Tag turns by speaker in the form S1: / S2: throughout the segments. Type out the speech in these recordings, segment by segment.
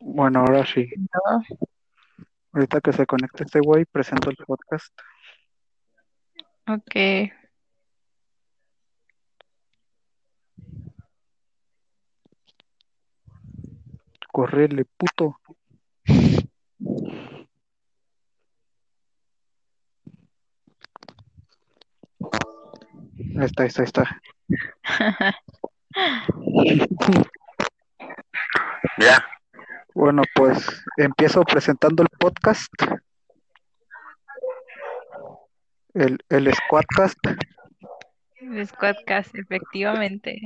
S1: Bueno, ahora sí. Ahorita que se conecte este güey, presento el podcast.
S2: Ok.
S1: Correle, puto. Ahí está, ahí está, ahí está.
S3: Ya,
S1: Bueno, pues empiezo presentando el podcast. El, el Squadcast,
S2: El Squadcast, efectivamente.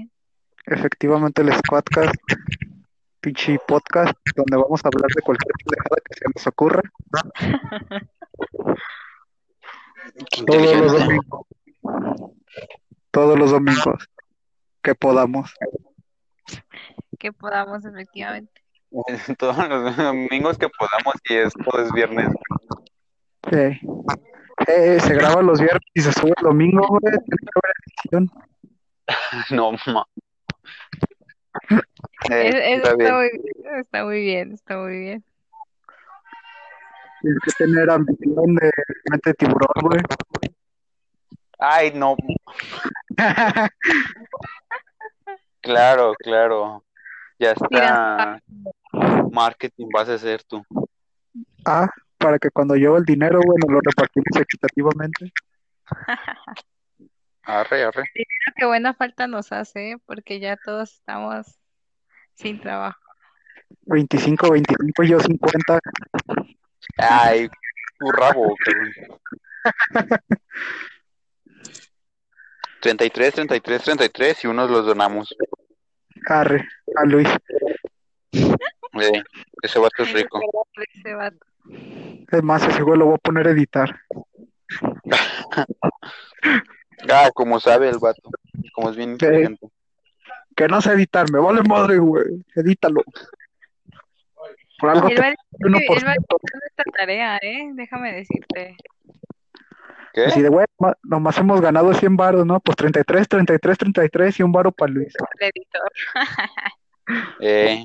S1: efectivamente el Squadcast, pinche podcast, donde vamos a hablar de cualquier pendejada que se nos ocurra.
S3: qué
S1: Todos los
S3: inteligente.
S1: domingos. Todos los domingos que podamos.
S2: Que podamos, efectivamente.
S3: Todos los domingos que podamos y esto es viernes.
S1: Eh, eh, se graba los viernes y se sube el domingo, güey. Tiene que haber edición.
S3: No, ma. Eh,
S2: Es- es-
S3: está bien.
S2: muy, está muy bien, está muy bien.
S1: Tienes que tener ambición de mente de tiburón, güey.
S3: Ay, no. Claro, claro. Ya está.
S2: Mira.
S3: Marketing vas a hacer tú.
S1: Ah, para que cuando lleve el dinero, güey, nos lo repartimos equitativamente.
S3: Arre, arre.
S2: Creo que buena falta nos hace, ¿eh? porque ya todos estamos sin trabajo.
S1: 25, 25, yo 50.
S3: Ay, tu rabo. cabrón. 33, 33, 33 y unos los donamos.
S1: Arre, a Luis.
S3: Eh, ese vato es
S2: Ay,
S3: rico.
S2: perdón, ese vato.
S1: Es más, ese güey lo voy a poner a editar.
S3: Ah, como sabe el vato. Como es bien inteligente.
S1: Que no sé editar, me vale madre, güey. Edítalo. Por algo
S2: Él va a
S1: te doy
S2: él va a
S1: 1%.
S2: hacer esta tarea, ¿eh? Déjame decirte.
S3: ¿Qué?
S1: Así de, güey, ma- nomás hemos ganado 100 varos, ¿no? Pues 33, 33, 33 y un varo para Luis.
S2: El editor,
S3: Eh,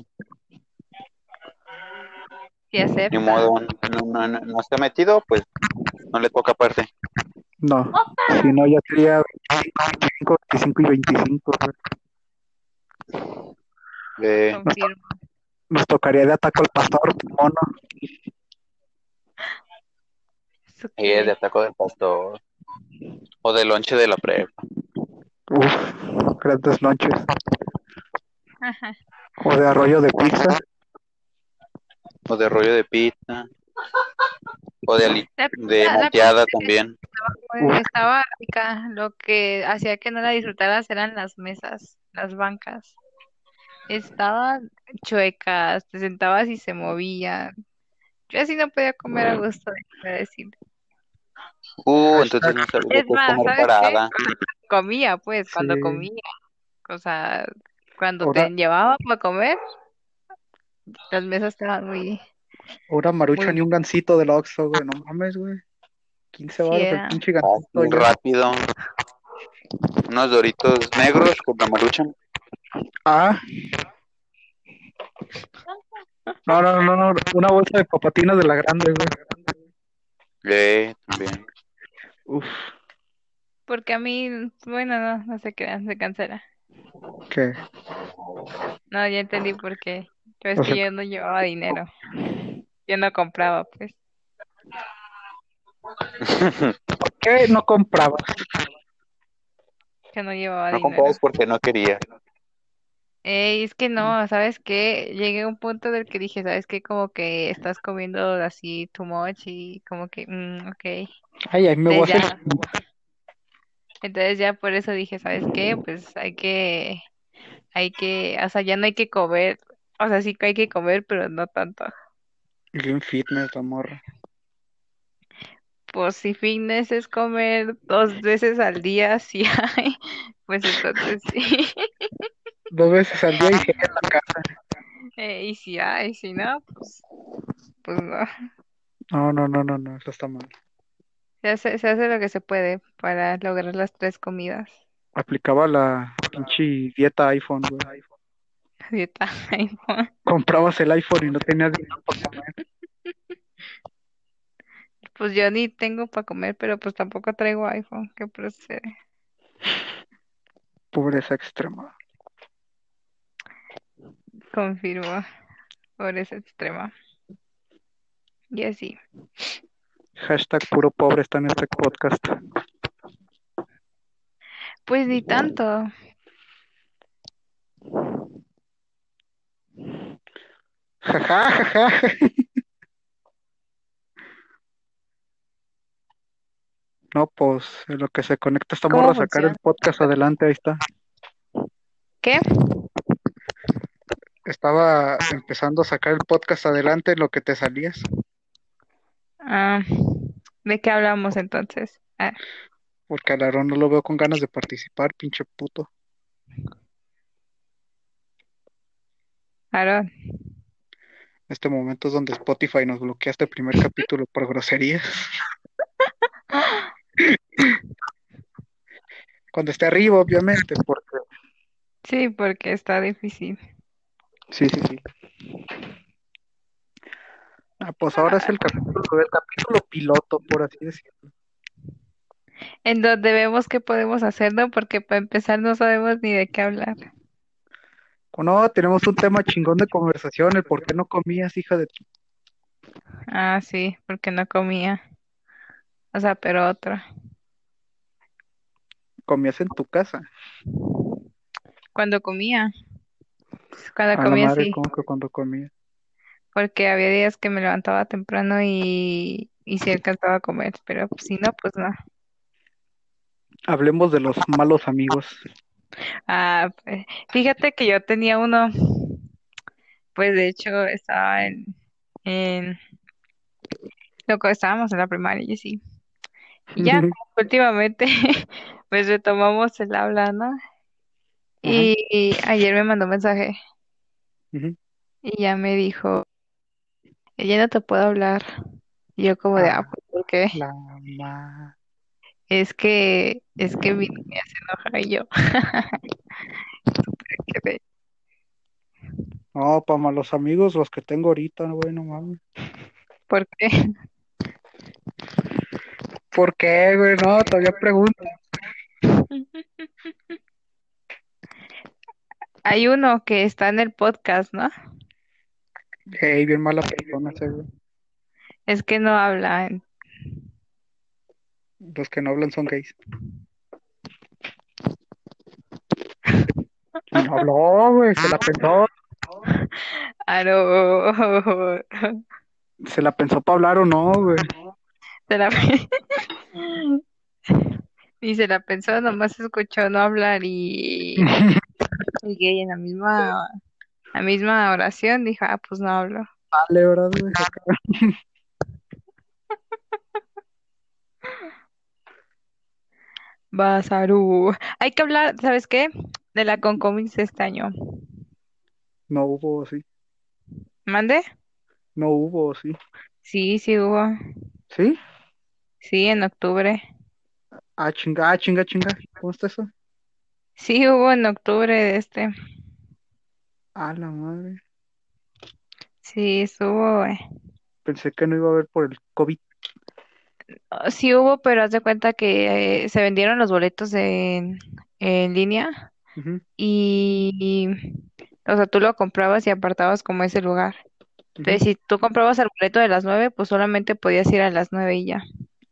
S2: si acepta.
S3: ni modo. No, no, no, no está metido, pues no le toca parte.
S1: No, si no ya sería 25, 25 y 25. güey.
S3: Eh,
S2: Confirmo.
S1: Nos tocaría de ataque al pastor, mono.
S2: Su-
S3: eh, de ataco del pastor. O de lonche de la prepa.
S1: Uf, grandes lonches. O de arroyo de pizza.
S3: O de rollo de pizza. O de, ali-
S2: La
S3: de
S2: la- la
S3: moteada
S2: pizza
S3: también.
S1: Uf.
S2: pues, Estaba rica, lo que hacía que no la disfrutaras eran las mesas, las bancas. Estaban chuecas, te sentabas y se movían. Yo así no podía comer a gusto, déjame decirte.
S3: Uh, entonces no sabía
S2: Es
S3: qué
S2: más,
S3: comer
S2: ¿sabes qué?
S3: parada.
S2: Comía, pues, cuando
S1: Sí.
S2: comía. O sea, cuando
S1: Ahora-
S2: te llevaban para comer, las mesas estaban muy...
S1: Una marucha
S2: Muy-
S1: ni un gancito del Oxxo, güey. No mames, güey. 15 varos el
S2: era.
S1: pinche gancito.
S3: Ah, muy
S1: ya.
S3: rápido. Unos doritos negros con la marucha.
S1: Ah. No, no, no, no. Una bolsa de papatinas de la grande, güey.
S3: Eh, también.
S1: Uf,
S2: Porque a mí, bueno, no, no se crean, se cancela.
S1: ¿qué?
S2: No, ya entendí por qué. Pero es
S1: O
S2: que
S1: sea-
S2: yo no llevaba dinero. Yo no compraba, pues.
S1: ¿Qué no compraba?
S2: Yo no llevaba
S3: No
S2: dinero.
S3: comprabas porque no quería.
S2: Ey, es que no, ¿sabes qué? Llegué a un punto del que dije, ¿sabes qué? Como que estás comiendo así too much y como que, mm, ok.
S1: Ay, ahí me voy a
S2: Entonces
S1: hacer.
S2: Entonces ya por eso dije, ¿sabes qué? Pues hay que, hay que, o sea, ya no hay que comer. O sea, sí que hay que comer, pero no tanto.
S1: Bien fitness, la morra.
S2: Pues si fitness es comer dos veces al día, si hay, pues entonces sí.
S1: Dos veces al día y sigue en la casa.
S2: Eh, y si hay, si no, pues, pues no.
S1: No, no, no, no, no. Eso está mal.
S2: Se hace, se hace lo que se puede para lograr las tres comidas.
S1: Aplicaba la pinche dieta iPhone, güey.
S2: Dieta iPhone.
S1: Comprabas el iPhone y no tenías dinero para comer.
S2: Pues yo ni tengo para comer, pero pues tampoco traigo iPhone. ¿Qué procede?
S1: Pobreza extrema.
S2: Confirmo. Pobreza extrema. Y así.
S1: Hashtag puro pobre está en este podcast.
S2: Pues ni tanto.
S1: Jaja, jaja. No, pues en lo que se conecta esta
S2: ¿Cómo
S1: morra a sacar el
S2: funciona?
S1: podcast adelante, ahí está.
S2: ¿Qué?
S1: Estaba empezando a sacar el podcast adelante en lo que te salías.
S2: Ah, ¿de qué hablamos entonces? Ah,
S1: Porque al Aarón no lo veo con ganas de participar, pinche puto.
S2: Aarón.
S1: En este momento es donde Spotify nos bloquea este primer capítulo por groserías. Cuando esté arriba, obviamente, porque...
S2: Sí, porque está difícil.
S1: Sí, sí, sí. Ah, pues ahora es el capítulo, el capítulo piloto, por así decirlo.
S2: En donde vemos qué podemos hacerlo, porque para empezar no sabemos ni de qué hablar.
S1: No, tenemos un tema chingón de conversación, el por qué no comías, hija de... tu-
S2: Ah, sí, porque no comía. O sea, pero otro.
S1: Comías en tu casa.
S2: Cuando comía. Cuando
S1: A la
S2: comía,
S1: madre,
S2: sí.
S1: ¿cómo que cuando comías?
S2: Porque había días que me levantaba temprano y, y sí alcanzaba a comer, pero pues, si no, pues no.
S1: Hablemos de los malos amigos.
S2: Ah, pues, fíjate que yo tenía uno, pues de hecho estaba en, en loco, estábamos en la primaria y sí. Y ya últimamente pues retomamos el habla, ¿no? Y, y ayer me mandó un mensaje
S1: Ujú.
S2: y ya me dijo, ya no te puedo hablar. Y yo como de, ah,
S1: Ah.
S2: pues, ¿por qué?
S1: La ma...
S2: Es que, es que mi niña se enoja y yo. Súper quedé.
S1: No, pa' malos amigos, los que tengo ahorita, güey, no mames.
S2: ¿Por qué?
S1: ¿Por qué, güey? No, todavía pregunto.
S2: Hay uno que está en el podcast, ¿no?
S1: Hey, bien mala persona ese, güey.
S2: Es que no habla.
S1: Los que no hablan son gays. No habló, güey, se la pensó.
S2: Aro.
S1: Se la pensó para hablar o no, güey.
S2: Se la... Y se la pensó, nomás escuchó no hablar y, y gay en la misma, la misma oración dijo, ah, pues no hablo.
S1: Vale, ¿verdad, güey?
S2: Basaru. Hay que hablar, ¿sabes qué? De la Concomics este año.
S1: No hubo, sí.
S2: ¿Mande?
S1: No hubo, sí.
S2: Sí, sí hubo.
S1: ¿Sí?
S2: Sí, en octubre.
S1: Ah, chinga, ah, chinga, chinga. ¿Cómo está eso?
S2: Sí, hubo en octubre de este.
S1: Ah, la madre.
S2: Sí, estuvo. eh.
S1: Pensé que no iba a haber por el COVID.
S2: Oh, Sí hubo, pero haz de cuenta que eh, se vendieron los boletos en, en línea
S1: Ujú,
S2: y, o sea, tú lo comprabas y apartabas como ese lugar.
S1: ujú.
S2: Entonces, si tú comprabas el boleto de las nueve, pues solamente podías ir a las nueve y ya.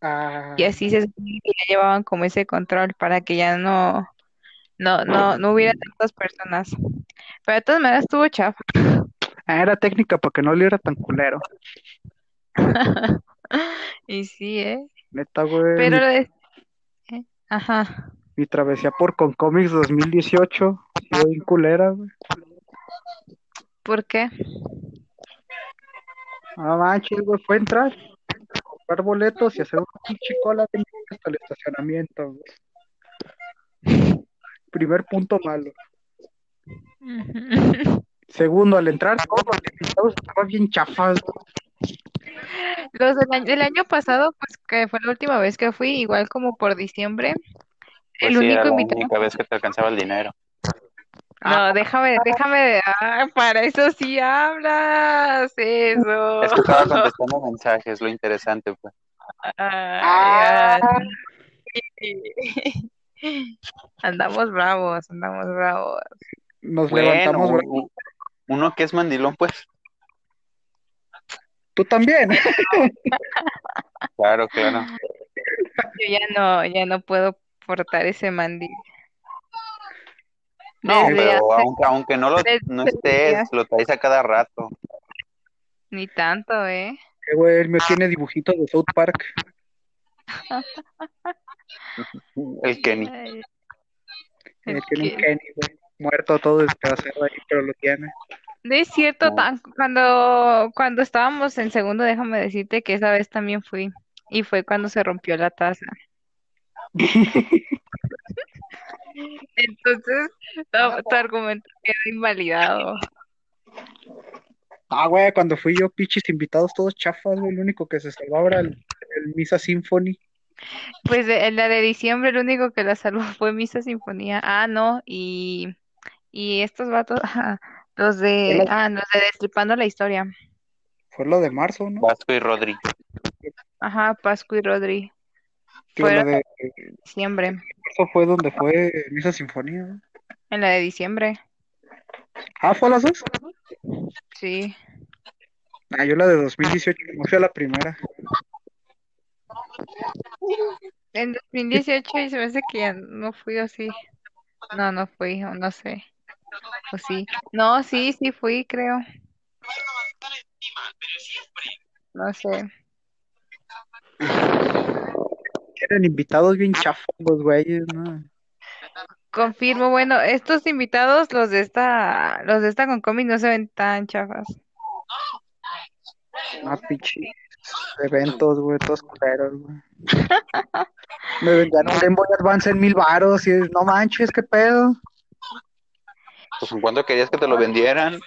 S1: Ah,
S2: Y así se supone que ya llevaban como ese control para que ya no, no, no, no hubiera tantas personas. Pero de todas maneras estuvo chafa.
S1: Ah, era técnica para que no le era tan culero.
S2: Y sí, ¿eh?
S1: Neta, güey,
S2: Pero
S1: mi,
S2: lo de... ¿eh? Ajá.
S1: mi travesía por Concomics 2018 fue bien culera, güey.
S2: ¿Por qué?
S1: No manches, güey, fue entrar, comprar boletos y hacer una pinche cola de mierda hasta el estacionamiento, güey. Primer punto malo. Segundo, al entrar, todos los invitados estaban bien chafas, güey.
S2: Los del año, del año pasado, pues que fue la última vez que fui, igual como por diciembre,
S3: Pues
S2: el
S3: sí, era
S2: único
S3: la
S2: invitado,
S3: única vez que te alcanzaba el dinero. Ah.
S2: No, déjame, déjame de... ah, para eso sí hablas, eso.
S3: Es que estaba contestando mensajes, lo interesante pues. fue.
S2: Ay, ay. Andamos bravos, andamos bravos.
S1: Nos
S3: Bueno,
S1: levantamos.
S3: u-
S1: bra-
S3: u- uno que es mandilón, pues.
S1: Tú también. ¿eh?
S3: Claro, claro.
S2: Yo ya no, ya no puedo portar ese mandil.
S3: No,
S2: Desde
S3: pero
S2: hace-
S3: aunque, aunque no lo
S2: desde
S3: no
S2: hace
S3: estés,
S2: días.
S3: lo traes a cada rato.
S2: Ni tanto, ¿eh?
S1: Eh, Güey, el mío tiene dibujitos de South Park.
S3: El Kenny.
S2: Ay,
S1: Eh,
S2: es
S1: tiene un
S2: que-
S1: Kenny, güey, muerto todo desplazado ahí, pero lo tiene.
S2: No es cierto,
S3: No.
S2: tan- cuando, cuando estábamos en segundo, déjame decirte que esa vez también fui. Y fue cuando se rompió la taza. Entonces, no, tu argumento queda invalidado.
S1: Ah, güey, cuando fui yo, pinches invitados, todos chafas, güey. El único que se salvaba era el, el Misa Symphony.
S2: Pues de- en la de diciembre, el único que la salvó fue Misa Sinfonía. Ah, no, y, y estos vatos, ajá, los de,
S1: Hola.
S2: ah, los de Destripando la Historia.
S1: Fue lo de marzo, ¿no?
S3: Vasco y Rodri.
S2: Ajá, Pascu y Rodri,
S1: Digo,
S2: fuera.
S1: lo de
S2: diciembre,
S1: marzo fue donde fue Misa Sinfonía. ¿no?
S2: en la de diciembre,
S1: Ah, ¿fue a las dos?
S2: sí.
S1: Ah, yo la de 2018, no fui a la primera.
S2: En 2018 y se me hace que ya no fui o sí. No, no fui, o no sé. O sí. No, sí, sí fui, creo. No sé.
S1: Eran invitados bien chafos, los güeyes, ¿no?
S2: Confirmo, bueno, estos invitados, los de esta, los de esta Concomi no se ven tan chafas.
S1: Ah, pinches eventos, güey, todos culeros, güey. Me vendieron un Game Boy Advance en mil varos y no manches, qué pedo.
S3: Pues en cuanto querías que te lo vendieran,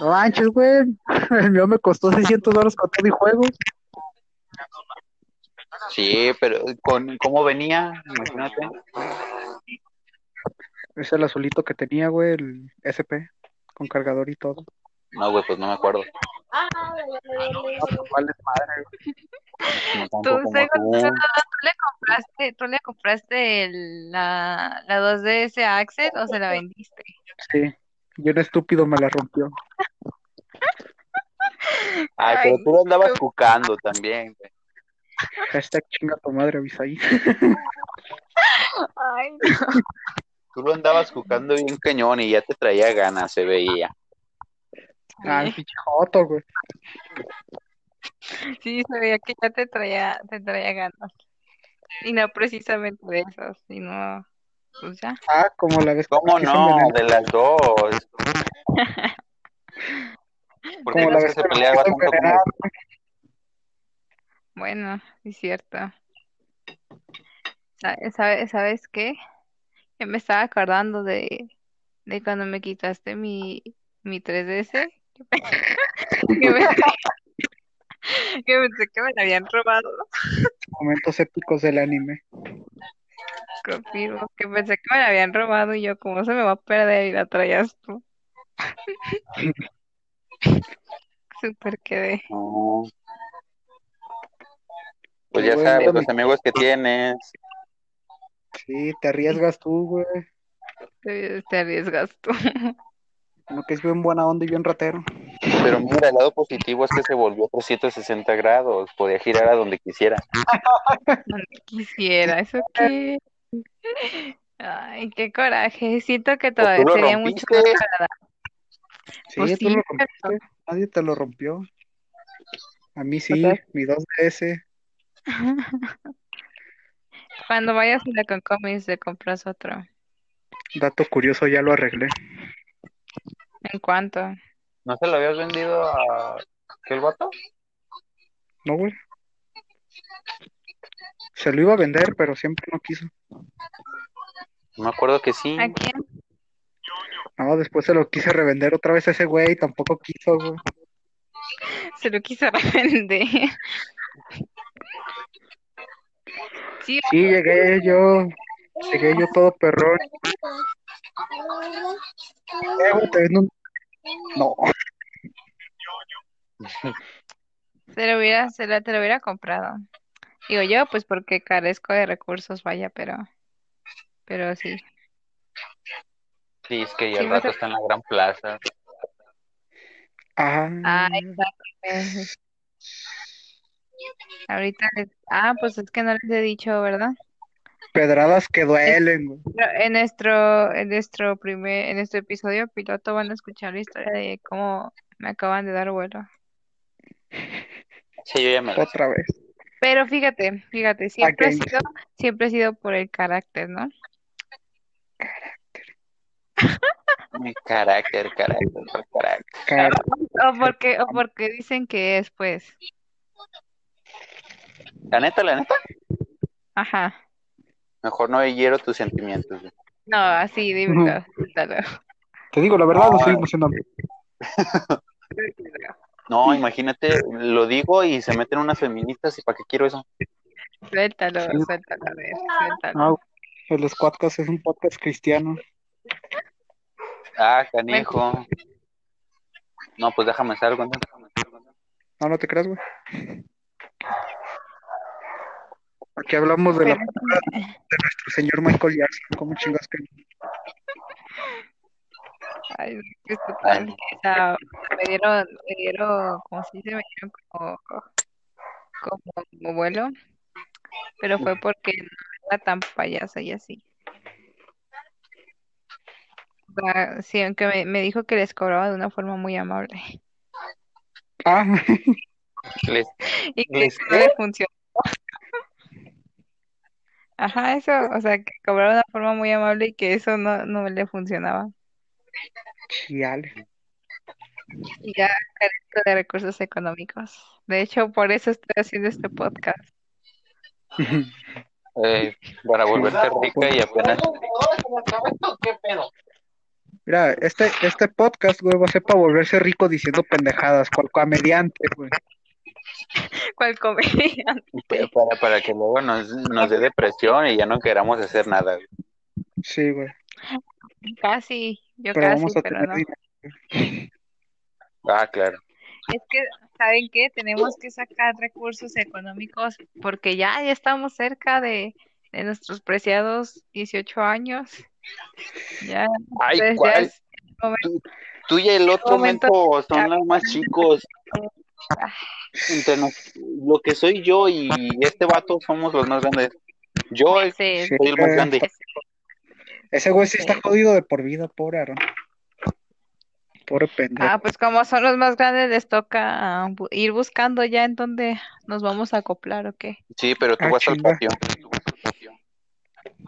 S1: No manches, güey. El mío me costó 600 dólares con todo y juego.
S3: sí, pero con cómo venía, imagínate.
S1: Es el azulito que tenía, güey, el SP, con cargador y todo.
S3: No, güey, pues no me acuerdo.
S1: No, pues vale madre, güey.
S3: No
S2: Tú,
S3: tanto como
S2: según tú,
S3: tú.
S2: ¿tú le compraste, tú le compraste el- la, la 2DS a Axel o se la vendiste?
S1: Sí. Y un estúpido me la rompió.
S3: Ay, pero tú lo andabas cucando también, güey.
S1: Hashtag chinga tu madre, Avisaí.
S2: Ay,
S3: Tú lo andabas cucando bien cañón y ya te traía ganas, se veía.
S1: Ah, el pinche joto, güey.
S2: Sí, se veía que ya te traía, te traía ganas. Y no precisamente de esos, sino, pues ya.
S1: Ah, como la vez que
S3: ¿Cómo
S1: quiso
S3: no?
S1: envenenar-
S3: De las dos. Porque
S1: como la
S3: no es que
S1: vez
S3: se
S1: que
S3: peleaba
S1: quiso
S3: tanto como
S1: envenenar.
S2: Bueno, sí es cierto. ¿Sabes, sabes, sabes qué? Yo me estaba acordando de, de cuando me quitaste mi, mi 3DS. Que pensé, que pensé que me la habían robado.
S1: Momentos épicos del anime.
S2: Confirmo, que pensé que me la habían robado y yo, ¿cómo se me va a perder? Y la traías tú. Súper quedé.
S3: No. Pues ya
S1: Güey,
S3: sabes,
S1: bueno.
S3: los amigos que tienes.
S1: Sí, te arriesgas tú, güey.
S2: Te, te arriesgas tú.
S1: Como que es bien buena onda y bien ratero.
S3: Pero mira, el lado positivo es que se volvió 360 grados. Podía girar a donde quisiera.
S2: Quisiera, ¿eso qué? Ay, qué coraje. Siento que
S3: Pues
S2: todavía
S3: tú lo
S2: sería mucho más
S3: rompiste.
S2: agradable.
S1: Sí,
S2: Pues
S1: tú
S2: sí,
S1: lo rompiste. Nadie te lo rompió. A mí sí,
S2: Ok.
S1: mi 2DS.
S2: Cuando vayas a la Concomis, te compras otro.
S1: Dato curioso, ya lo arreglé.
S2: ¿En cuánto?
S3: ¿No se lo habías vendido a aquel vato?
S1: No, güey. Se lo iba a vender, pero siempre no quiso.
S3: No me acuerdo que sí.
S2: ¿A quién?
S1: No, después se lo quise revender otra vez a ese güey, tampoco quiso, güey.
S2: Se lo quiso revender. Sí,
S1: Sí, llegué yo, llegué yo todo perrón, Eh, güey, te vendo un- No,
S2: Se lo hubiera, se la, te lo hubiera comprado. Digo yo, pues porque carezco de recursos, vaya, pero, pero sí.
S3: Sí, es que ya
S2: Sí,
S3: el
S2: me
S3: rato
S2: te-
S3: está en la gran plaza.
S1: Ah,
S2: Ah, exactamente. Ahorita les... Ah, pues es que no les he dicho, ¿verdad?
S1: pedradas que duelen, güey.
S2: Pero En nuestro, en nuestro primer, en nuestro episodio piloto van a escuchar la historia de cómo me acaban de dar vuelo.
S3: Sí, yo ya me la sé.
S1: Otra vez.
S2: Pero fíjate, fíjate, siempre ha
S1: Ok.
S2: sido, siempre ha sido por el carácter, ¿no?
S3: Mi Carácter, carácter, carácter.
S1: Car-
S2: O porque, o porque dicen que es, pues.
S3: La neta, la neta,
S2: Ajá.
S3: mejor no hiero tus sentimientos. güey.
S2: No, así, dímelo, suéltalo.
S1: Te digo, la verdad, lo
S3: Ay.
S1: seguimos siendo amigos.
S3: No, imagínate, lo digo y se meten unas feministas y ¿para qué quiero eso?
S2: Suéltalo,
S1: Sí.
S2: suéltalo, a ver, suéltalo.
S1: No, Ah, güey, el Squadcast es un podcast cristiano.
S3: Ah, canijo. No, pues déjame salgo. ¿no?
S1: No, no te creas, güey. Aquí hablamos de la
S2: Pero-
S1: palabra de nuestro señor Michael Jackson. ¿Cómo chingas que
S2: Ay, no, que esto tan- o sea, me dieron, me dieron, como se dice, me dieron como, como, como vuelo, pero fue porque no era tan payasa y así. O sea, sí, aunque me, me dijo que les cobraba de una forma muy amable
S1: Ah,
S3: Les-
S2: y que
S3: ¿Les
S2: eso no le funcionó. Ajá, eso, o sea, que cobraba de una forma muy amable y que eso no, no le funcionaba.
S1: chiale.
S2: Y ya carezco de recursos económicos. De hecho, por eso estoy haciendo este podcast.
S3: eh, para volverte rica y apenas.
S1: Mira, este, este podcast, güey, va a ser para volverse rico diciendo pendejadas, cual comediante, güey.
S2: ¿Cuál comedia?
S3: pa- Para, para que luego nos, nos dé depresión y ya no queramos hacer nada. güey.
S1: Sí, güey.
S2: Casi, yo
S1: Pero
S2: casi,
S1: vamos a
S2: pero
S1: tener
S2: no.
S1: dinero.
S3: Ah, claro.
S2: Es que, ¿saben qué? Tenemos que sacar recursos económicos porque ya, ya estamos cerca de, de nuestros preciados 18 años. Ya,
S3: Ay,
S2: entonces Pues ya
S3: ¿cuál?
S2: es el momento.
S3: Tú y el otro
S2: momento-
S3: menco son los más chicos. Entre nos- lo que soy yo y este vato somos los más grandes. Yo soy
S2: Sí,
S1: Sí.
S3: el más grande.
S1: Ese güey sí está
S2: Sí.
S1: jodido de por vida, pobre Aaron. Pobre pendejo.
S2: Ah, pues como son los más grandes, les toca ah, bu- ir buscando ya en dónde nos vamos a acoplar, ¿o qué?
S3: Sí, pero tú
S1: Ah,
S3: vas al
S1: chinga.
S3: patio.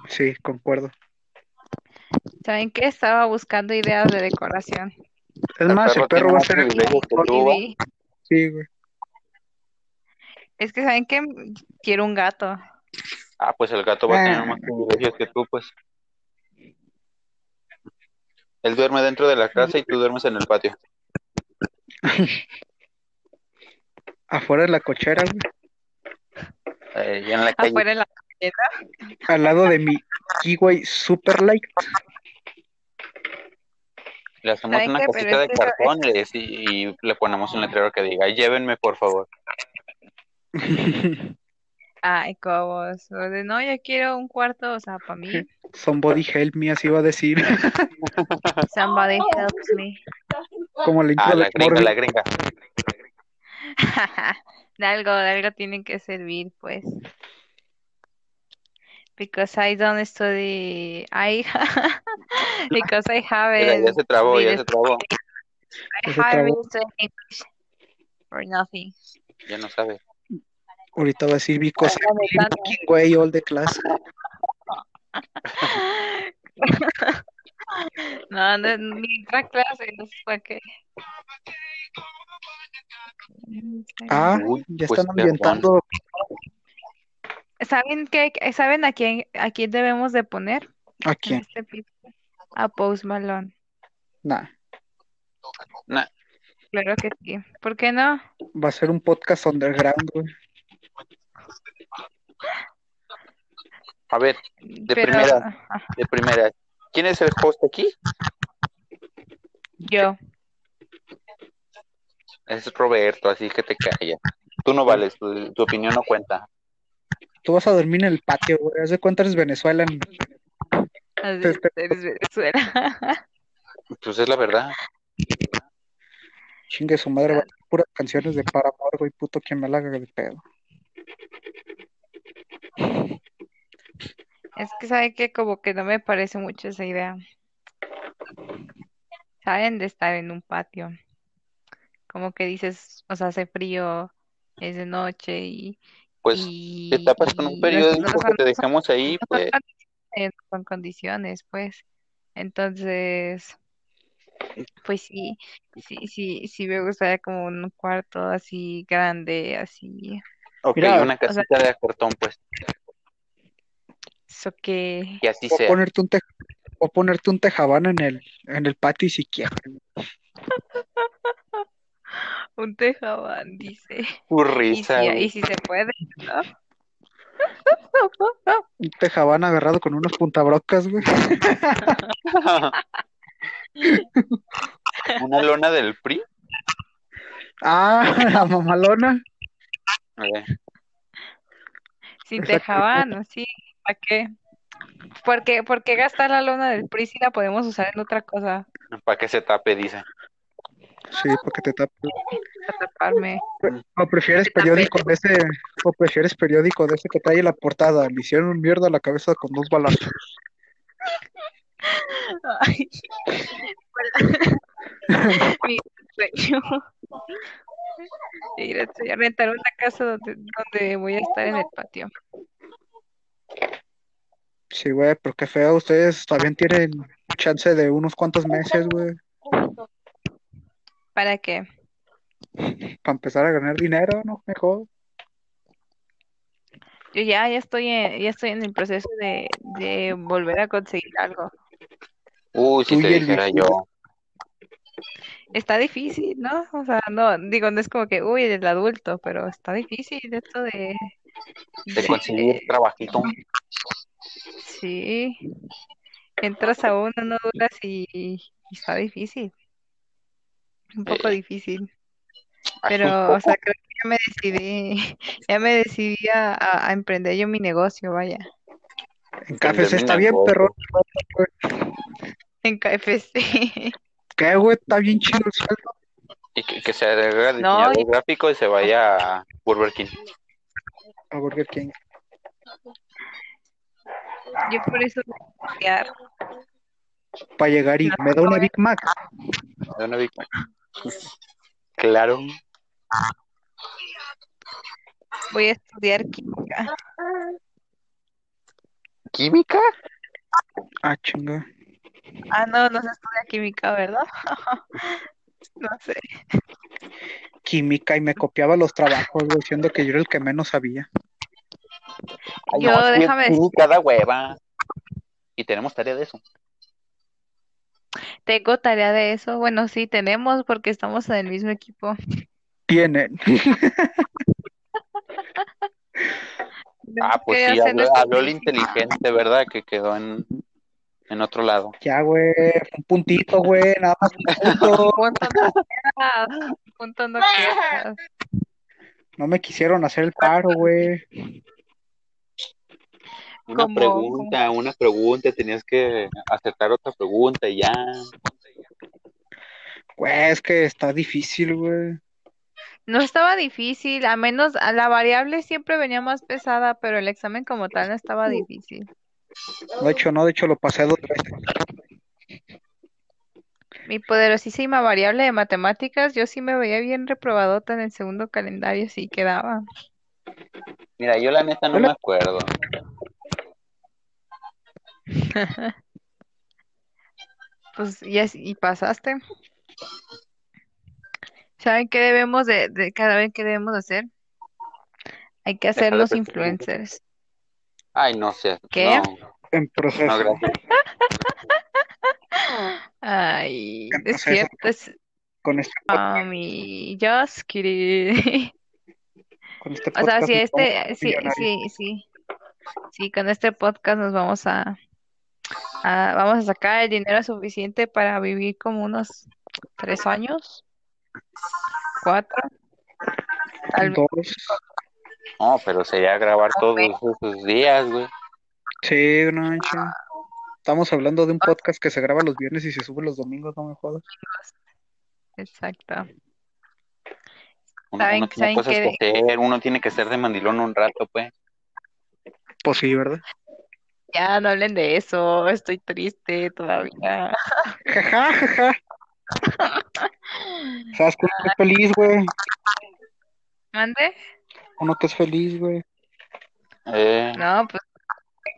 S1: Sí, concuerdo.
S2: ¿Saben qué? Estaba buscando ideas de decoración
S1: Es
S3: El
S1: más,
S3: perro
S1: el perro
S3: tiene
S1: va a
S3: más
S1: ser.
S3: privilegios que tú,
S2: y
S3: ¿va?
S2: vi,
S1: Sí, güey.
S2: es que ¿saben qué? Quiero un gato.
S3: Ah, pues el gato va a tener
S1: Ah.
S3: más privilegios que tú, pues. Él duerme dentro de la casa y tú duermes en el patio.
S1: Afuera de la cochera, güey.
S3: Eh, y en la calle.
S2: Afuera en la
S1: Al lado de mi Kiwi Super Light.
S3: Le hacemos
S2: ¿Saben
S3: una
S2: qué? Pero
S3: casita de
S2: es que eso-
S3: cartón y, le- y le ponemos un letrero que diga, llévenme por favor.
S2: Ay, cobos. O de, no, yo quiero un cuarto, o sea, para mí.
S1: Somebody help me, así va a decir.
S2: Somebody helps me.
S1: Como la intro
S3: Ah, la
S1: de
S3: gringa,
S1: Morbi.
S3: la gringa.
S2: De algo, de algo tienen que servir, pues. Because I don't study. I, because I
S3: Mira, ya se
S2: haven't
S3: trabó, ya
S2: been
S3: se trabó.
S2: I
S1: Ya se trabó.
S2: haven't studied English for nothing.
S3: Ya no sabe.
S1: Ahorita va a decir Vicos.
S2: La neta, no.
S1: Güey, all the class.
S2: No, no, ni otra clase, no sé para qué.
S1: Ah,
S3: Uy,
S1: ya
S3: pues,
S1: están
S3: perdón.
S1: ambientando.
S2: ¿Saben qué, saben a quién, a quién debemos de poner
S1: ¿A
S2: en
S1: quién?
S2: este episodio? A Post Malone.
S1: Nah.
S3: Nah,
S2: Claro que sí. ¿Por qué no?
S1: Va a ser un podcast underground, güey.
S3: a ver, de
S2: Pero
S3: primera, de primera, ¿Quién es el host aquí?
S2: Yo.
S3: Es Roberto, así que te calla. Tú no vales, tu, tu opinión no cuenta.
S1: Tú vas a dormir en el patio, güey. Haz de cuenta eres Venezuela.
S2: Así
S1: Te- te-
S2: eres Venezuela.
S3: Pues es la verdad.
S1: Chingue su madre, va a ser puras canciones de Paramore, güey. Puto, quien me la haga de pedo.
S2: Es que sabe que como que no me parece mucho esa idea. Saben de estar en un patio. Como que dices, o sea, hace frío, es de noche y,
S3: Pues
S2: y,
S3: te tapas con un
S2: y no- no
S3: periódico
S2: son-
S3: que te dejamos ahí,
S2: no son
S3: pues.
S2: condiciones, no son condiciones, pues. Entonces, pues sí, sí, sí, sí me gustaría como un cuarto así grande, así,
S3: Ok,
S1: Mira,
S3: una casita de cartón, pues.
S2: eso que,
S3: Que así
S1: Voy a
S3: sea.
S1: ponerte un, te- voy a ponerte un tejabán en el, en el patio y si quieres.
S2: un tejabán, dice.
S3: Tu
S2: Y
S3: risa,
S2: si,
S3: güey.
S2: y si se puede, ¿no?
S1: Un tejabán agarrado con unas puntabrocas, güey.
S3: Una lona del PRI.
S1: Ah, la mamalona.
S3: Eh,
S2: Sin tejaban, así, ¿para qué? ¿Por qué, por qué gastar la lona del PRI si la podemos usar en otra cosa
S3: Para que se tape, dice.
S1: Sí, porque te tapas.
S2: para taparme?
S1: ¿O prefieres periódico de ese, o prefieres periódico de ese que trae la portada? Le hicieron un mierda a la cabeza con dos balazos.
S2: Ay, mi sueño de ir a estudiar, rentar una casa donde, donde voy a estar en el patio.
S1: Sí, güey, pero qué feo. Ustedes también tienen chance de unos cuantos meses, güey,
S2: ¿Para qué?
S1: para empezar a ganar dinero, ¿no? Mejor.
S2: Yo ya, ya estoy en, ya estoy en el proceso de, de volver a conseguir algo.
S3: Uy, si
S1: Uy,
S3: te
S1: el
S3: dijera
S1: viejito.
S3: yo.
S2: Está difícil, ¿no? O sea, no, digo, no es como que, uy, el adulto, pero está difícil esto de,
S3: De conseguir
S2: de-
S3: trabajito.
S2: sí, entras a uno, no duras y, y está difícil, un poco
S3: Eh,
S2: difícil,
S3: Ay,
S2: pero,
S3: un
S2: o
S3: poco.
S2: sea, creo que ya me decidí, ya me decidí a, a- a emprender yo mi negocio, vaya,
S1: En KFC está
S3: Terminan
S1: bien,
S3: gordos.
S1: perro.
S2: en KFC.
S1: ¿Qué, güey? Está bien chido el sueldo.
S3: Y que, que se haga diseñador
S2: y-
S3: gráfico y se vaya a Burger King.
S1: A Burger King.
S2: Yo por eso voy a estudiar.
S1: Para llegar y me da una Big Mac.
S3: De una Big Mac. Claro.
S2: voy a estudiar química.
S3: ¿Química?
S1: Ah, chinga.
S2: Ah, no, no se estudia química, ¿verdad? No sé.
S1: Química y me copiaba los trabajos, güey, siendo que yo era el que menos sabía.
S3: Ay,
S2: Yo,
S3: no, sí,
S2: déjame
S3: sí, cada hueva. Y tenemos tarea de eso.
S2: Tengo tarea de eso. Bueno, sí, tenemos porque estamos en el mismo equipo.
S1: Tienen.
S2: Tenemos
S3: Ah, pues
S2: que
S3: sí,
S2: hacer
S3: habló,
S2: nuestro-
S3: habló el inteligente, ¿verdad? Que quedó en, en otro lado.
S1: Ya, güey. Un puntito, güey. Nada más un punto.
S2: punto no quejas, punto no quejas.
S1: No me quisieron hacer el paro, güey.
S3: Una
S2: Como-
S3: pregunta, una pregunta, tenías que aceptar otra pregunta y ya.
S1: Güey, es que está difícil, güey.
S2: No estaba difícil, a menos a la variable siempre venía más pesada, pero el examen como tal no estaba difícil.
S1: De hecho, no, de hecho lo pasé dos veces.
S2: Mi poderosísima variable de matemáticas, yo sí me veía bien reprobadota en el segundo calendario, sí quedaba.
S3: Mira, yo la neta no
S1: Hola.
S3: me acuerdo.
S2: Pues y, así- y pasaste. ¿Saben qué debemos de, de cada vez que debemos hacer? Hay que
S3: Dejar de
S2: hacernos
S3: perseguir.
S2: influencers.
S3: Ay, no sé.
S2: ¿Qué?
S3: No,
S1: En
S3: no,
S1: proceso.
S3: gracias.
S2: Ay,
S1: ¿Qué
S2: es
S1: pasa eso?
S2: cierto, es
S1: Con este,
S2: mami, just kidding.
S1: con este
S2: O sea,
S1: podcast
S2: si
S1: nos vamos a
S2: este,
S1: hacer
S2: sí,
S1: millonarios.
S2: sí, sí, sí, con este podcast nos vamos a, Ah, vamos a sacar el dinero suficiente para vivir como unos tres años, cuatro, tal vez.
S1: Dos.
S3: No, pero sería grabar todos esos días, güey.
S1: Sí, no manches. Estamos hablando de un podcast que se graba los viernes y se sube los domingos, no me jodas.
S2: Exacto.
S3: Uno,
S2: Saben-
S3: uno tiene
S2: saben
S3: cosas
S2: que-
S3: que hacer, uno tiene que ser de mandilón un rato, pues.
S1: Pues sí, ¿verdad?
S2: Ya, no hablen de eso, estoy triste todavía.
S1: Jaja, jaja. ¿Sabes que es feliz, güey?
S2: ¿Mande?
S1: Uno que es feliz, güey.
S3: Eh,
S2: No, pues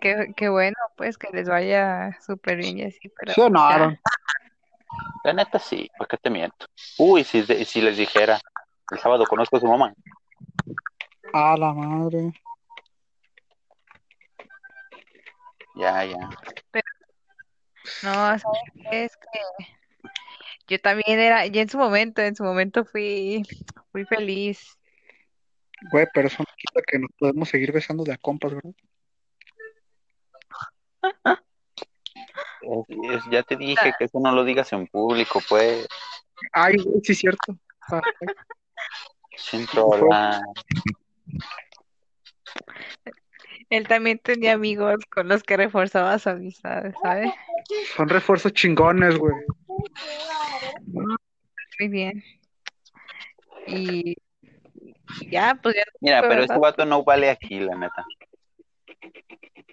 S2: qué, qué bueno, pues que les vaya súper bien y así, pero
S1: ¿Sí o no,
S2: ya.
S1: Aaron?
S3: la neta sí, ¿para qué te miento? Uy, si, de- si les dijera, el sábado conozco a su mamá.
S1: A la madre.
S3: Ya, ya.
S2: No, ¿sabes qué? Es que yo también era, yo en su momento, en su momento fui, fui feliz.
S1: Güey, pero eso no quita que nos podemos seguir besando de a compas, ¿verdad?
S3: Es- es- ya te dije que eso no lo digas en público, pues.
S1: Ay, güey, sí, es cierto. Ah,
S3: Sin trola.
S2: Él también tenía amigos con los que reforzaba su amistad, ¿sabes?
S1: Son refuerzos chingones, güey.
S2: Muy bien. Y y ya, pues ya
S3: Mira,
S2: Fue
S3: pero
S2: verdad.
S3: este vato no vale aquí, la neta.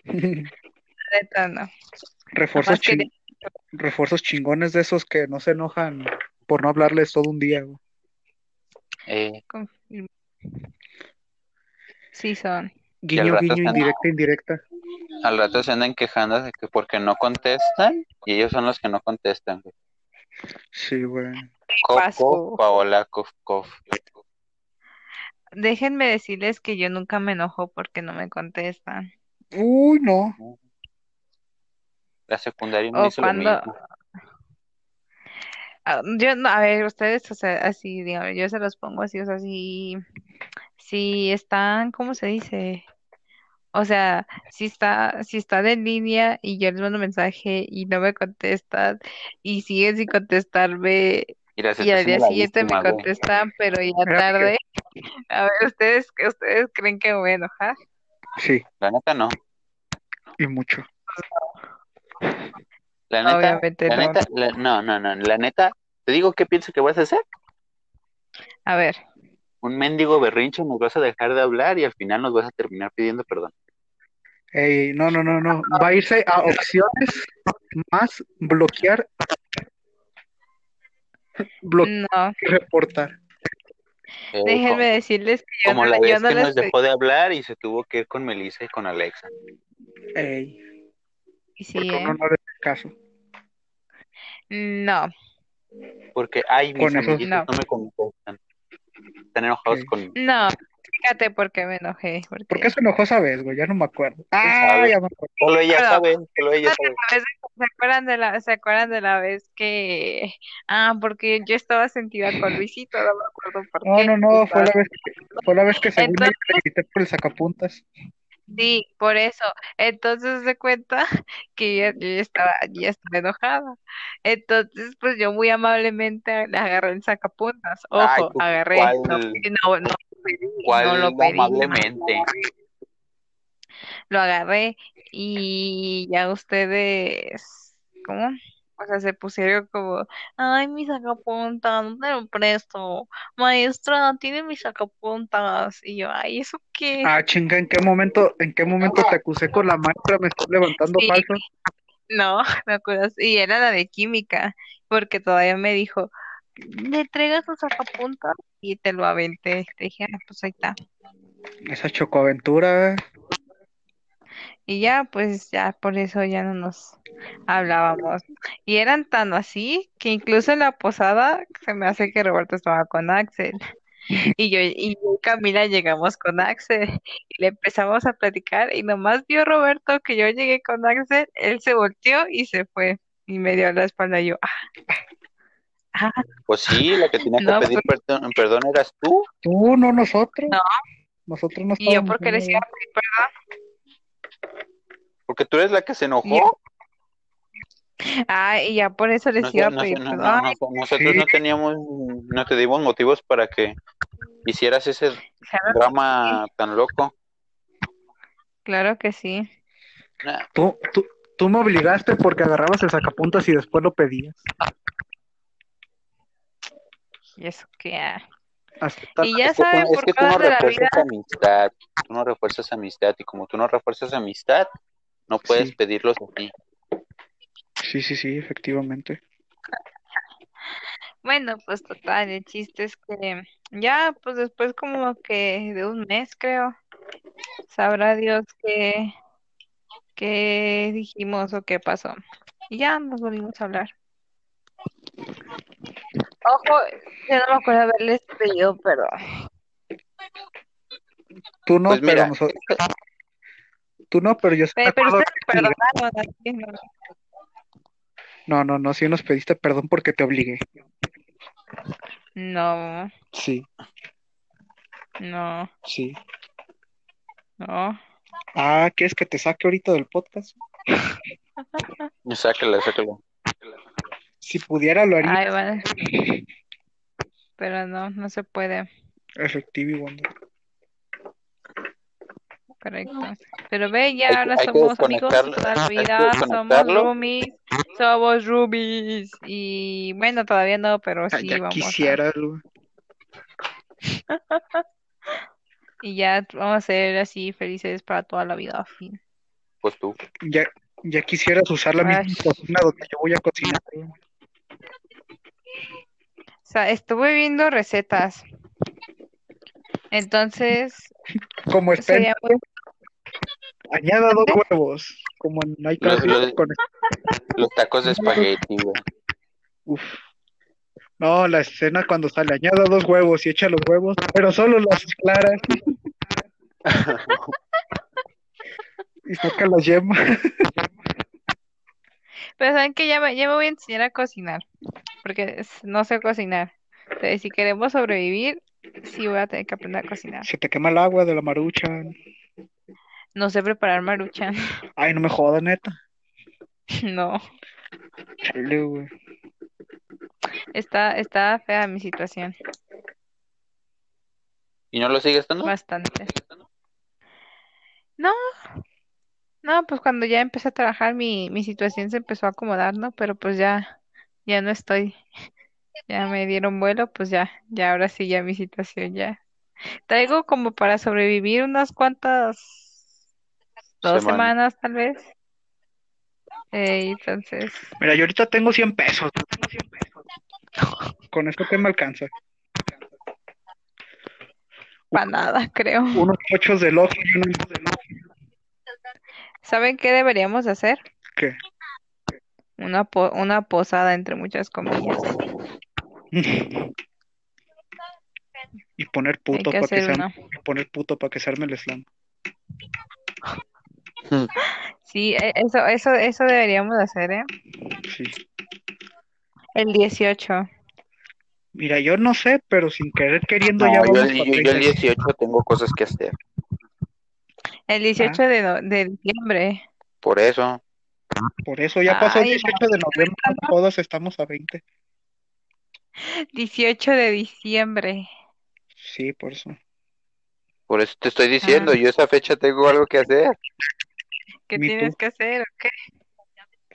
S2: la neta, no.
S1: Refuerzos,
S2: Nomás quería-
S1: chin- refuerzos chingones de esos que no se enojan por no hablarles todo un día, güey.
S3: Eh,
S2: confirmo. Sí son.
S3: al
S1: Guiño,
S3: rato
S1: guiño,
S3: se enoja.
S1: indirecta, indirecta.
S3: al rato se andan quejando de que porque no contestan y ellos son los que no contestan. güey.
S1: Sí, güey.
S3: Cof,
S2: Paso.
S3: cof, Paola, cof, cof.
S2: Déjenme decirles que yo nunca me enojo porque no me contestan.
S1: Uy, no.
S3: La secundaria me
S2: O
S3: hizo lo
S2: Oh, cuando-
S3: mismo.
S2: Ah, Yo, no, a ver, ustedes, o sea, así, díganme, yo se los pongo así, o sea, si, si están, ¿cómo se dice? O sea, si está, si están en línea y yo les mando mensaje y no me contestan y siguen sin contestarme
S3: Y las
S2: y al
S3: estás
S2: día
S3: haciendo la
S2: siguiente me
S3: víctima, güey.
S2: contestan, pero ya
S1: Fíjate que-
S2: tarde. A ver, ustedes, ustedes creen que me voy a enojar?
S1: Sí,
S3: La neta no.
S1: y mucho.
S3: La neta,
S2: Obviamente
S3: la
S2: no.
S3: neta, la- no, no, no. La neta, te digo qué pienso que vas a hacer.
S2: A ver,
S3: Un mendigo berrinche, nos vas a dejar de hablar y al final nos vas a terminar pidiendo perdón.
S1: Ey, no, no, no, no. Va a irse a opciones más bloquear, bloquear
S2: no,
S1: y reportar.
S3: Eh,
S2: déjenme
S3: como-
S2: decirles que yo
S3: como
S2: no,
S3: la
S2: le- yo
S3: vez
S2: no
S3: que
S2: les
S3: nos
S2: pe-
S3: dejó de hablar y se tuvo que ir con Melissa y con Alexa.
S1: Ey,
S2: y sí,
S1: porque
S2: ¿eh?
S1: uno no le hace caso.
S2: No,
S3: Porque, ay, mis
S1: Con esos-
S3: amiguitos
S2: No.
S3: no me contestan. Están enojados
S1: Ok.
S3: conmigo.
S2: no, fíjate por qué me enojé,
S1: ¿Por
S2: porque
S1: qué se enojó esa vez, güey? Ya no me acuerdo. Ah,
S3: sabe?
S1: ya me acuerdo.
S3: Solo ella
S2: Pero-
S3: sabe, solo ella sabe.
S2: ¿Se acuerdan de la, se acuerdan de la vez que, ah, porque yo estaba sentida con Luisito, no me acuerdo por
S1: No,
S2: qué.
S1: no, no, fue
S2: estaba-
S1: la vez que, fue la vez que según
S2: Entonces-
S1: ella le grité por el sacapuntas.
S2: Sí, por eso. Entonces se cuenta que yo, yo ya estaba, yo ya estaba enojada. Entonces, pues yo muy amablemente le agarré el sacapuntas.
S3: Ay,
S2: Ojo,
S3: tú,
S2: agarré.
S3: ¿cuál,
S2: No, no, no lo pedí, no
S3: cuál
S2: lo pedí.
S3: amablemente?
S2: lo agarré y ya ustedes, ¿cómo? O sea, se pusieron como, ay, mi sacapuntas, no te lo presto, maestra, tiene mis sacapuntas, y yo, ay, ¿eso qué?
S1: Ah, chinga, ¿en qué momento, en qué momento te acusé con la maestra? Me estás levantando
S2: Sí.
S1: falso.
S2: No, me acuerdo, y era la de química, porque todavía me dijo, le entregas tu sacapuntas y te lo aventé, te dije, "Ah, pues ahí está,
S1: Esa chocoaventura. ¿eh?
S2: y ya, pues ya, por eso ya no nos hablábamos. Y eran tan así que incluso en la posada se me hace que Roberto estaba con Axel. Y yo y yo y Camila llegamos con Axel y le empezamos a platicar y nomás vio Roberto que yo llegué con Axel, él se volteó y se fue y me dio la espalda y yo, ah, ah,
S3: Pues sí, la que tenía que
S2: No, pues,
S3: pedir perdón, perdón eras tú.
S1: Tú, no nosotros.
S2: No.
S1: Nosotros no
S2: y yo
S1: estábamos
S2: porque
S1: en
S2: les
S1: nada.
S2: iba a pedir perdón.
S3: Porque tú eres la que se
S2: Y-
S3: enojó.
S2: Ah, y ya por eso les iba a
S3: Nos- nos-
S2: pedir
S3: no- no-
S2: perdón.
S3: no- nosotros no teníamos, no te dimos motivos para que hicieras ese
S2: Claro,
S3: drama tan loco.
S2: claro que sí.
S3: Nah,
S1: Tú, tú, tú me obligaste porque agarrabas el sacapuntas y después lo pedías.
S2: Y eso que... ah.
S1: Hasta-
S2: Y ya
S3: es que tú,
S2: saben
S3: es
S2: por
S3: que tú
S2: cosas
S3: no
S2: de la
S3: refuerzas
S2: vida.
S3: amistad, tú no refuerzas amistad y como tú no refuerzas amistad, no puedes
S1: Sí.
S3: pedirlos aquí.
S1: Sí, sí, sí, efectivamente.
S2: Bueno, pues total, el chiste es que ya, pues después como que de un mes creo, sabrá Dios qué, qué dijimos o qué pasó. Y ya nos volvimos a hablar. Ojo, yo no me acuerdo haberles pedido perdón.
S1: Tú no,
S3: Pues
S1: pero
S3: mira.
S1: nosotros. Tú no, pero yo sí me
S2: Pe- Pero
S1: acuerdo
S2: ustedes
S1: que-
S2: perdonaron, así, ¿no?
S1: No, no, no, sí nos pediste perdón porque te obligué.
S2: No,
S1: Sí,
S2: no,
S1: sí.
S2: no.
S1: Ah, ¿quieres que te saque ahorita del podcast?
S3: Sácala, sácala.
S1: Si pudiera lo haría.
S2: Ay, vale. Pero no, no se puede.
S1: Efectivo y Wonder.
S2: Pues Correcto. Pero ve, ya
S3: Hay que-
S2: ahora
S3: hay que
S2: somos amigos
S3: desconectarlo,
S2: toda la
S3: hay que
S2: vida, somos
S3: desconectarlo.
S2: roomies, somos roomies. Y bueno, todavía no, pero
S1: Ay,
S2: sí
S1: Ah, ya
S2: vamos a-
S1: quisieras, güey.
S2: Y ya vamos a ser así felices para toda la vida, fin.
S3: Pues tú.
S1: Ya, ya quisieras usar la misma
S2: Ay.
S1: cocina donde yo voy a cocinar. güey.
S2: O sea, estuve viendo recetas. Entonces,
S1: Como está en-
S2: sería muy...
S1: añada dos huevos. Como en hay
S3: Los- los-
S1: con
S3: Los tacos de espagueti, güey.
S1: Uf. No, la escena cuando sale, añada dos huevos y echa los huevos, pero solo las claras. Y saca las yemas.
S2: Pero saben que ya me, ya me voy a enseñar a cocinar, porque es- no sé cocinar. Entonces, si queremos sobrevivir, sí voy a tener que aprender a cocinar.
S1: Se te quema el agua de la maruchan.
S2: No sé preparar maruchan,
S1: Ay, no me jodas, neta.
S2: no.
S1: Chale, güey.
S2: Está, está fea mi situación,
S3: ¿Y no lo sigues dando?
S2: bastante. No, no, pues cuando ya empecé a trabajar mi, mi situación se empezó a acomodar, ¿no? Pero pues ya, ya no estoy, ya me dieron vuelo, pues ya, ya ahora sí ya mi situación ya. Traigo como para sobrevivir unas cuantas, dos
S3: Semanas.
S2: semanas tal vez. Eh, entonces,
S1: Mira, yo ahorita tengo 100 pesos. Con esto que me alcanza.
S2: para nada, creo.
S1: Unos ocho de loco y unos de
S2: ¿Saben qué deberíamos hacer?
S1: ¿Qué?
S2: Una, po- una posada entre muchas comillas.
S1: Y poner
S2: Hay
S1: puto
S2: que
S1: para que,
S2: hacer
S1: se-
S2: una.
S1: y poner puto para que se arme el slam.
S2: Sí, e- eso, eso, eso deberíamos hacer, ¿eh?
S1: Sí.
S2: El 18.
S1: Mira, yo no sé, pero sin querer queriendo
S3: No,
S1: ya
S3: yo,
S1: vamos
S3: el-
S1: pa'
S3: yo- yo
S1: 30.
S3: el 18 tengo cosas que hacer.
S2: El 18 de, no- de diciembre.
S3: Por eso.
S1: Por eso ya pasó el
S2: Ay,
S1: 18 de noviembre, todos estamos a 20.
S2: 18 de diciembre.
S1: Sí, por eso.
S3: Por eso te estoy diciendo,
S2: Ah.
S3: yo esa fecha tengo algo que hacer.
S2: ¿Qué
S1: Me
S2: tienes
S1: too.
S2: que hacer? o qué?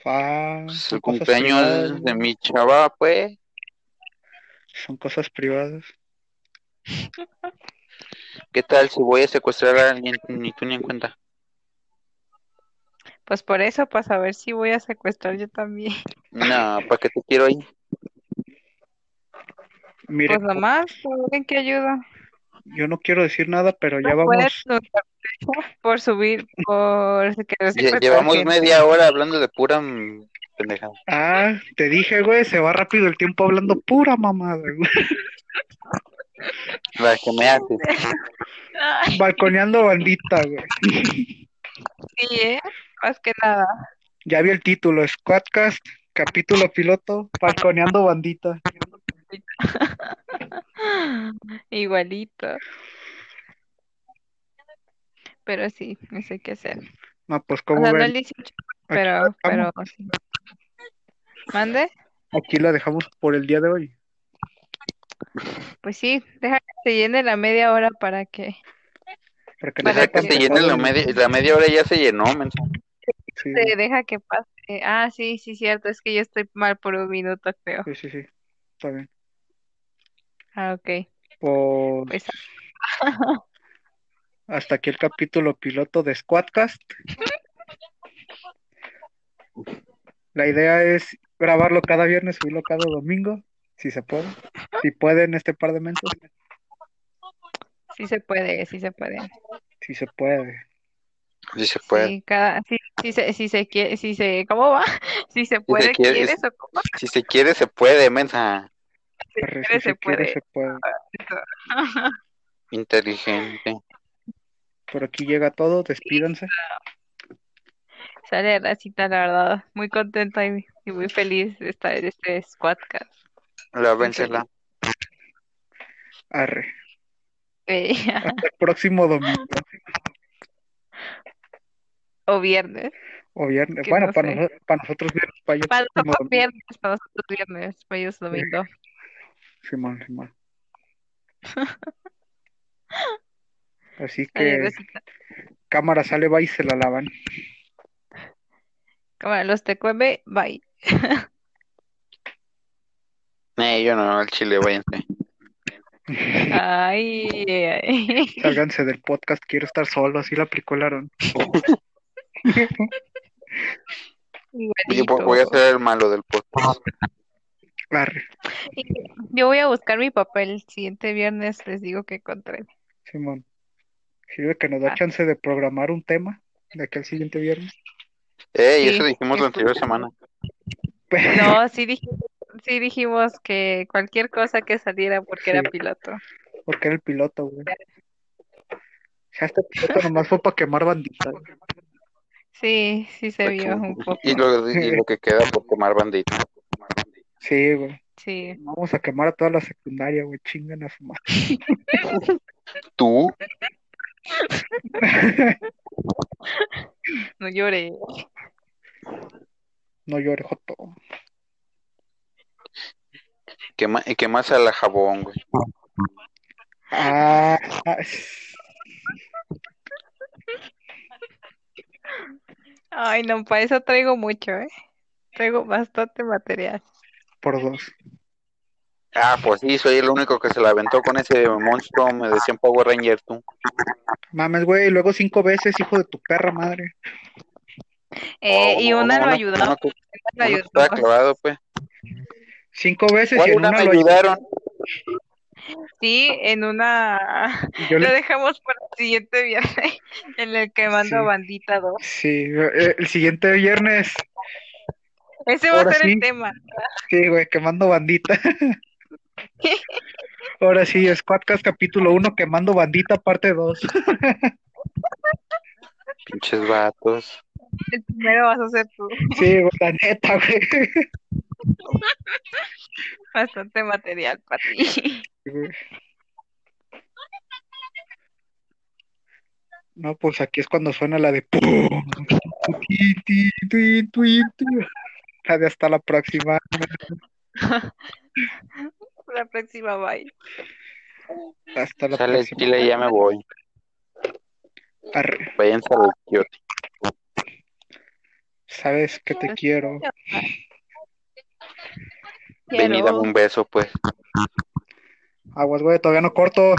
S1: Ah,
S3: Pues,
S1: son
S3: el
S1: cosas
S3: cumpleaños
S1: privadas,
S3: de mi chava, pues.
S1: son cosas privadas.
S3: ¿Qué tal si voy a secuestrar a alguien? Ni tú ni en cuenta.
S2: Pues por eso, para saber si voy a secuestrar yo también.
S3: No, ¿para qué te quiero ahí?
S1: Mire,
S2: Pues nomás, ¿en qué ayuda?
S1: yo no quiero decir nada, pero ya
S2: No puedes
S1: vamos.
S2: denunciarte por subir, por querer
S3: Lle-
S1: Pues,
S2: secuestrar
S3: Llevamos
S2: gente.
S3: media hora hablando de pura mm, pendejada.
S1: Ah, te dije, güey, se va rápido el tiempo hablando pura mamada, güey.
S3: La que me haces.
S2: Ay,
S1: Balconeando bandita, güey.
S2: sí, ¿eh? Más que nada.
S1: Ya vi el título, Squadcast, capítulo piloto, balconeando bandita.
S2: Igualito. Pero sí, no sé qué hacer.
S1: No, pues
S2: O
S1: como
S2: sea, no
S1: ven,
S2: el 18,
S1: Aquí
S2: pero, pero
S1: estamos.
S2: sí. ¿Mande?
S1: Aquí la dejamos por el día de hoy.
S2: Pues sí, deja que se llene la media hora para que
S1: Para que
S2: Para
S1: les
S3: Deja Pues, que
S1: sepan
S3: se llene la media, la media hora ya se llenó, menso.
S1: Sí,
S2: se deja que pase. Ah, sí, sí, cierto, es que yo estoy mal por un minuto, creo.
S1: sí, sí, sí. Está bien.
S2: Ah, ok.
S1: Pues,
S2: Pues
S1: hasta aquí el capítulo piloto de Squadcast. La idea es grabarlo cada viernes, subirlo cada domingo, si se puede. Si pueden este par de meses,
S2: sí se puede, sí se puede.
S1: si se puede.
S3: Si se puede.
S2: Sí, cada, sí, sí se, si se quiere, si se, ¿cómo va? Si se puede,
S3: quiere,
S2: ¿quieres
S3: sí.
S2: o cómo?
S3: Si se quiere, se puede, mensa.
S2: Si
S1: Arre,
S2: quiere,
S1: si se quiere, se puede.
S3: Inteligente.
S1: Por aquí llega todo, despídanse.
S2: Sale racita, la verdad, muy contenta y, y muy feliz de estar en este Squadcast.
S3: Lávensela.
S1: Arre.
S2: Eh,
S1: Hasta el próximo domingo.
S2: o viernes.
S1: O viernes.
S2: Que
S1: Bueno,
S2: no
S1: para,
S2: sé.
S1: noso- para nosotros viernes, para ellos
S2: Para
S1: próximo
S2: nosotros
S1: domingo.
S2: viernes, para nosotros viernes, para ellos domingo.
S1: Simón, Simón. Así
S2: Sale
S1: que
S2: racita.
S1: cámara sale, va y se la lavan.
S2: Cámara, los TQM, bye.
S3: Eh, yo no, al chile, váyanse.
S2: Ay, ay.
S1: Sálganse del podcast, quiero estar solo, así la aplicó el Aarón.
S3: Yo vo- voy a
S2: Igualito.
S3: ser el malo del
S2: Ah.
S3: podcast.
S1: Arre,
S2: Yo voy a buscar mi papel el siguiente viernes, les digo que encontré.
S1: Simón. Sirve que nos da
S2: Ah.
S1: chance de programar un tema de aquí al siguiente viernes.
S3: Eh, y
S2: Sí.
S3: eso dijimos la anterior semana.
S2: No, sí dijimos, sí dijimos que cualquier cosa que saliera porque era
S1: Sí.
S2: piloto.
S1: Porque era el piloto, güey. Ya este piloto nomás fue para quemar banditas.
S2: Sí, sí se vio un poco.
S3: Y lo, y lo que queda por quemar bandito.
S1: Sí, güey.
S2: Sí.
S1: Vamos a quemar a toda la secundaria, güey. Chingan a su madre.
S3: Tú,
S2: No lloré.
S1: No llores, Joto.
S3: quema, y quemas a la jabón, güey.
S1: Ah, ah,
S2: Ay, no, para eso traigo mucho, ¿eh? Traigo bastante material.
S1: por dos.
S3: Ah, pues sí, soy el único que se la aventó con ese monstruo, me decían Power Ranger, tú.
S1: Mames, güey. Y luego cinco veces, hijo de tu perra madre.
S2: Eh, y
S3: Oh,
S2: una lo
S3: uno-
S2: ayudó,
S3: uno que-
S2: una lo
S3: uno que
S2: ayudó.
S3: estaba clavado, pues.
S1: Cinco veces y
S3: ¿Cuál
S1: en
S3: una
S1: una
S3: me
S1: lo
S3: ayudaron?
S2: Sí, en una
S1: Yo
S2: lo
S1: le...
S2: dejamos para el siguiente viernes en el que mando
S1: Sí.
S2: bandita 2.
S1: Sí, eh, el siguiente viernes.
S2: Ese va a
S1: Ahora
S2: ser el
S1: sí.
S2: tema.
S1: Sí, güey, quemando bandita. Ahora sí, Squadcast capítulo 1, quemando bandita, parte 2.
S3: Pinches vatos.
S2: El primero vas a ser tú.
S1: Sí, güey, la neta, güey.
S2: Bastante material para ti.
S1: No, pues aquí es cuando suena la de pum. Ti, ti, ti, ti, ti. La de hasta la próxima.
S2: La próxima, bye.
S1: Hasta la
S3: Sale el
S1: próxima.
S3: chile y ya me voy.
S1: Arre,
S3: Váyanse a la Kioto.
S1: sabes que te quiero.
S3: Ven y dame
S2: Quiero.
S3: un beso, pues.
S1: Aguas, güey, todavía no corto.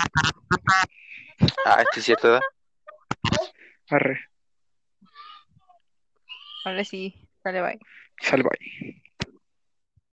S3: Ah, sí, cierto, ¿verdad?
S1: Arre,
S2: Ahora sí, dale, bye.
S1: salva.